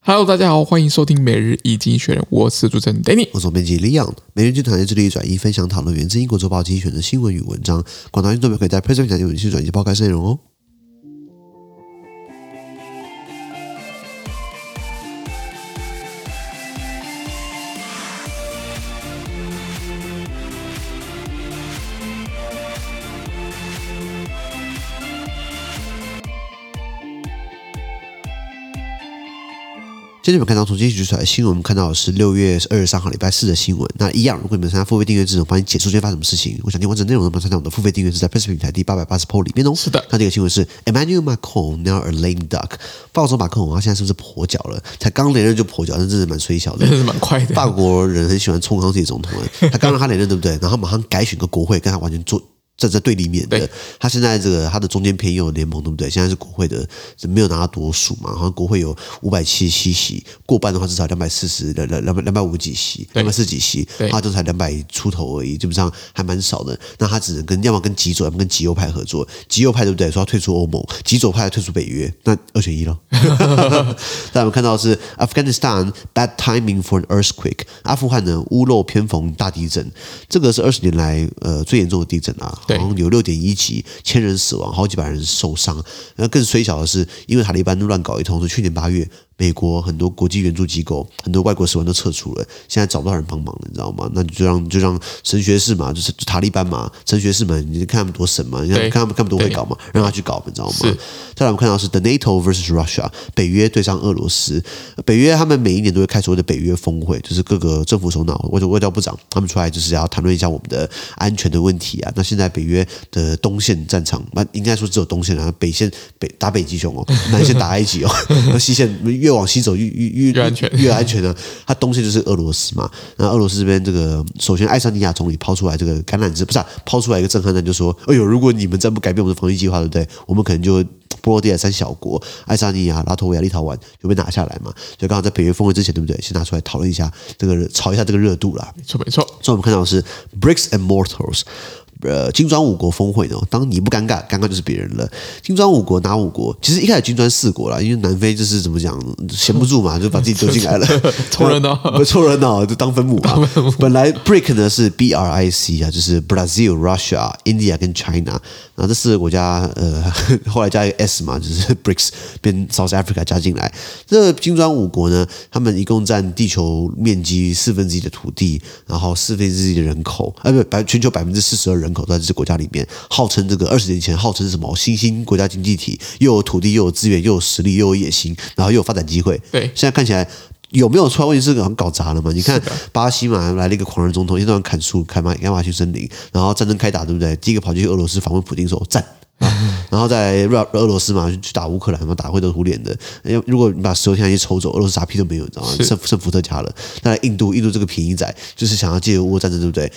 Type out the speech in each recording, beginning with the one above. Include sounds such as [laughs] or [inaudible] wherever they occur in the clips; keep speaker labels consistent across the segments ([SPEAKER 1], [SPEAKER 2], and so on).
[SPEAKER 1] Hello，大家好，欢迎收听每日易经学人，我是主持人 Danny。 [laughs]
[SPEAKER 2] 我总编辑 Leon，每日经常在这里转译、分享、讨论源自英国《周报》精选的新闻与文章。广大听众们可以在 Press 平台有文字转译报刊内容哦。今天你们看到从经济局出来的新闻，我们看到的是六月二十三号礼拜四的新闻。那一样，如果你们参加付费订阅制，我帮你解说今天发生什么事情。我想听完整内容的，帮参加我们的付费订阅制，在 Press 平台第八百八十 p o 里面哦。
[SPEAKER 1] 是的
[SPEAKER 2] 看这个新闻是 Emmanuel Macron now a lame duck，法国总统马克龙他啊现在是不是跛脚了？才刚连任就跛脚，那真的蛮衰小的
[SPEAKER 1] 真。的是蛮快的，
[SPEAKER 2] 法国人很喜欢冲康自己总统
[SPEAKER 1] [laughs]
[SPEAKER 2] 的，他刚让他连任，对不对？然后他马上改选个国会，跟他完全做站在对立面的
[SPEAKER 1] 对。
[SPEAKER 2] 他现在这个他的中间偏右联盟，对不对？现在是国会的是没有拿到多数嘛，好像国会有五百七十七席，过半的话至少两百四十两两两百两百五几席，
[SPEAKER 1] 对
[SPEAKER 2] 两百四几席
[SPEAKER 1] 对，
[SPEAKER 2] 他就才两百出头而已，基本上还蛮少的。那他只能跟要么跟极左，要么跟极右派合作。极右派对不对？说要退出欧盟，极左派退出北约，那二选一咯。 [laughs] 那我们看到的是 Afghanistan bad timing for an earthquake，阿富汗呢屋漏偏逢大地震，这个是二十年来呃最严重的地震啊，好
[SPEAKER 1] 对
[SPEAKER 2] 像有六点一级，千人死亡，好几百人受伤。那更衰小的是，因为塔利班乱搞一通，所以去年八月。美国很多国际援助机构，很多外国使馆都撤出了，现在找不到人帮忙了，你知道吗？那你就让就让神学士嘛，就是就塔利班嘛，神学士们，你看他们多神嘛，你看
[SPEAKER 1] 对
[SPEAKER 2] 看他们看他们多会
[SPEAKER 1] 对
[SPEAKER 2] 搞嘛，让他去搞，你知道吗？
[SPEAKER 1] 是
[SPEAKER 2] 再来我们看到是 The NATO versus Russia，北约对上俄罗斯。北约他们每一年都会开所谓的北约峰会，就是各个政府首脑或者外交部长他们出来就是要谈论一下我们的安全的问题啊。那现在北约的东线战场，那应该说只有东线啊，北线北打北极熊哦，南线打埃及哦，那西线越往西走越越
[SPEAKER 1] 越安全
[SPEAKER 2] 越安全的。它东线就是俄罗斯嘛。那俄罗斯这边这个，首先爱沙尼亚总理抛出来这个橄榄枝，不是、啊、抛出来一个震撼弹，就说：“哎呦，如果你们再不改变我们的防御计划，对不对？我们可能就波罗的海三小国爱沙尼亚、拉脱维亚、立陶宛就被拿下来嘛。”就刚好在北约峰会之前，对不对？先拿出来讨论一下这个炒一下这个热度啦。
[SPEAKER 1] 没错没错，
[SPEAKER 2] 所以我们看到的是 bricks and mortars。呃，金砖五国峰会呢，哦当你不尴尬，尴尬就是别人了。金砖五国哪五国？其实一开始金砖四国啦，因为南非就是怎么讲，闲不住嘛，就把自己丢进来了，
[SPEAKER 1] 凑热闹
[SPEAKER 2] 不凑热闹就 [laughs] 当分母嘛。本来 BRIC 呢是 B R I C 啊，就是 Brazil、Russia、India 跟 China，然后这四个国家，呃， [laughs] 后来加一个 S 嘛，就是 BRICS 变 South Africa 加进来。这金砖五国呢，他们一共占地球面积四分之一的土地，然后四分之一的人口，呃，不，百全球百分之四十二人口都在这些国家里面，号称这个二十年前号称是什么新兴国家经济体，又有土地，又有资源，又有实力，又有野心，然后又有发展机会。
[SPEAKER 1] 对
[SPEAKER 2] 现在看起来有没有出来问题是好像搞砸了嘛？你看巴西嘛，来了一个狂人总统，一段砍树、砍马、亚马逊森林，然后战争开打，对不对？第一个跑去俄罗斯访问普京说
[SPEAKER 1] [laughs]
[SPEAKER 2] 战。啊，然后在俄俄罗斯嘛，去打乌克兰嘛，打灰头土脸的。要如果你把石油现在一抽走，俄罗斯啥屁都没有，你知道吗？
[SPEAKER 1] 是
[SPEAKER 2] 剩剩伏特加了。那印度，印度这个便宜仔就是想要借俄乌战争，对不对？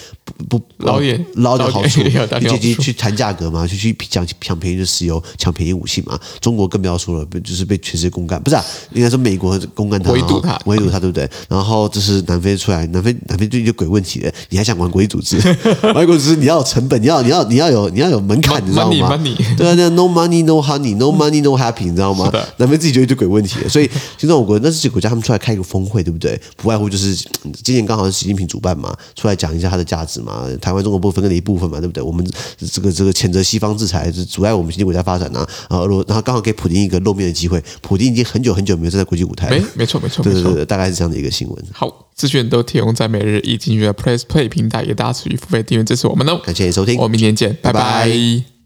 [SPEAKER 2] 不不
[SPEAKER 1] 捞点
[SPEAKER 2] 捞点好
[SPEAKER 1] [laughs]
[SPEAKER 2] 处，
[SPEAKER 1] 捞点
[SPEAKER 2] 你借机
[SPEAKER 1] 好处
[SPEAKER 2] 去谈价格嘛，去去抢抢便宜的石油，抢便宜武器嘛。中国更不要说了，被就是被全世界公干，不是啊？应该说美国公干他，
[SPEAKER 1] 围堵
[SPEAKER 2] 然
[SPEAKER 1] 他
[SPEAKER 2] 后围堵他，对不对？然后这是南非出来，南非南非就一个鬼问题了，你还想玩国际组织？ [laughs] 玩国际组织你要有成本，你要你要你要有你要有门槛，你知道
[SPEAKER 1] money
[SPEAKER 2] 吗？
[SPEAKER 1] money
[SPEAKER 2] [laughs] 对啊，那 no money no honey no money no happy，你知道吗
[SPEAKER 1] 是的？
[SPEAKER 2] 南非自己就有一堆鬼问题，所以金砖五国那这些国家他们出来开一个峰会，对不对？不外乎就是嗯今年刚好是习近平主办嘛，出来讲一下他的价值嘛，台湾中国部分跟的一部分嘛，对不对？我们这个这个谴责西方制裁，就是阻碍我们新兴国家发展啊，然后俄罗，然后刚好给普京一个露面的机会，普京已经很久很久没有站在国际舞台
[SPEAKER 1] 没
[SPEAKER 2] 了，
[SPEAKER 1] 没错没错
[SPEAKER 2] 哎对
[SPEAKER 1] 没
[SPEAKER 2] 对对，
[SPEAKER 1] 错。
[SPEAKER 2] 对大概是这样的一个新闻。
[SPEAKER 1] 好，资讯都提供在每日易经学的 Press Play 平台，也大家持续付费订阅支持我们哦。
[SPEAKER 2] 感谢你收听
[SPEAKER 1] 我，们明天见，拜
[SPEAKER 2] 拜
[SPEAKER 1] 拜
[SPEAKER 2] 拜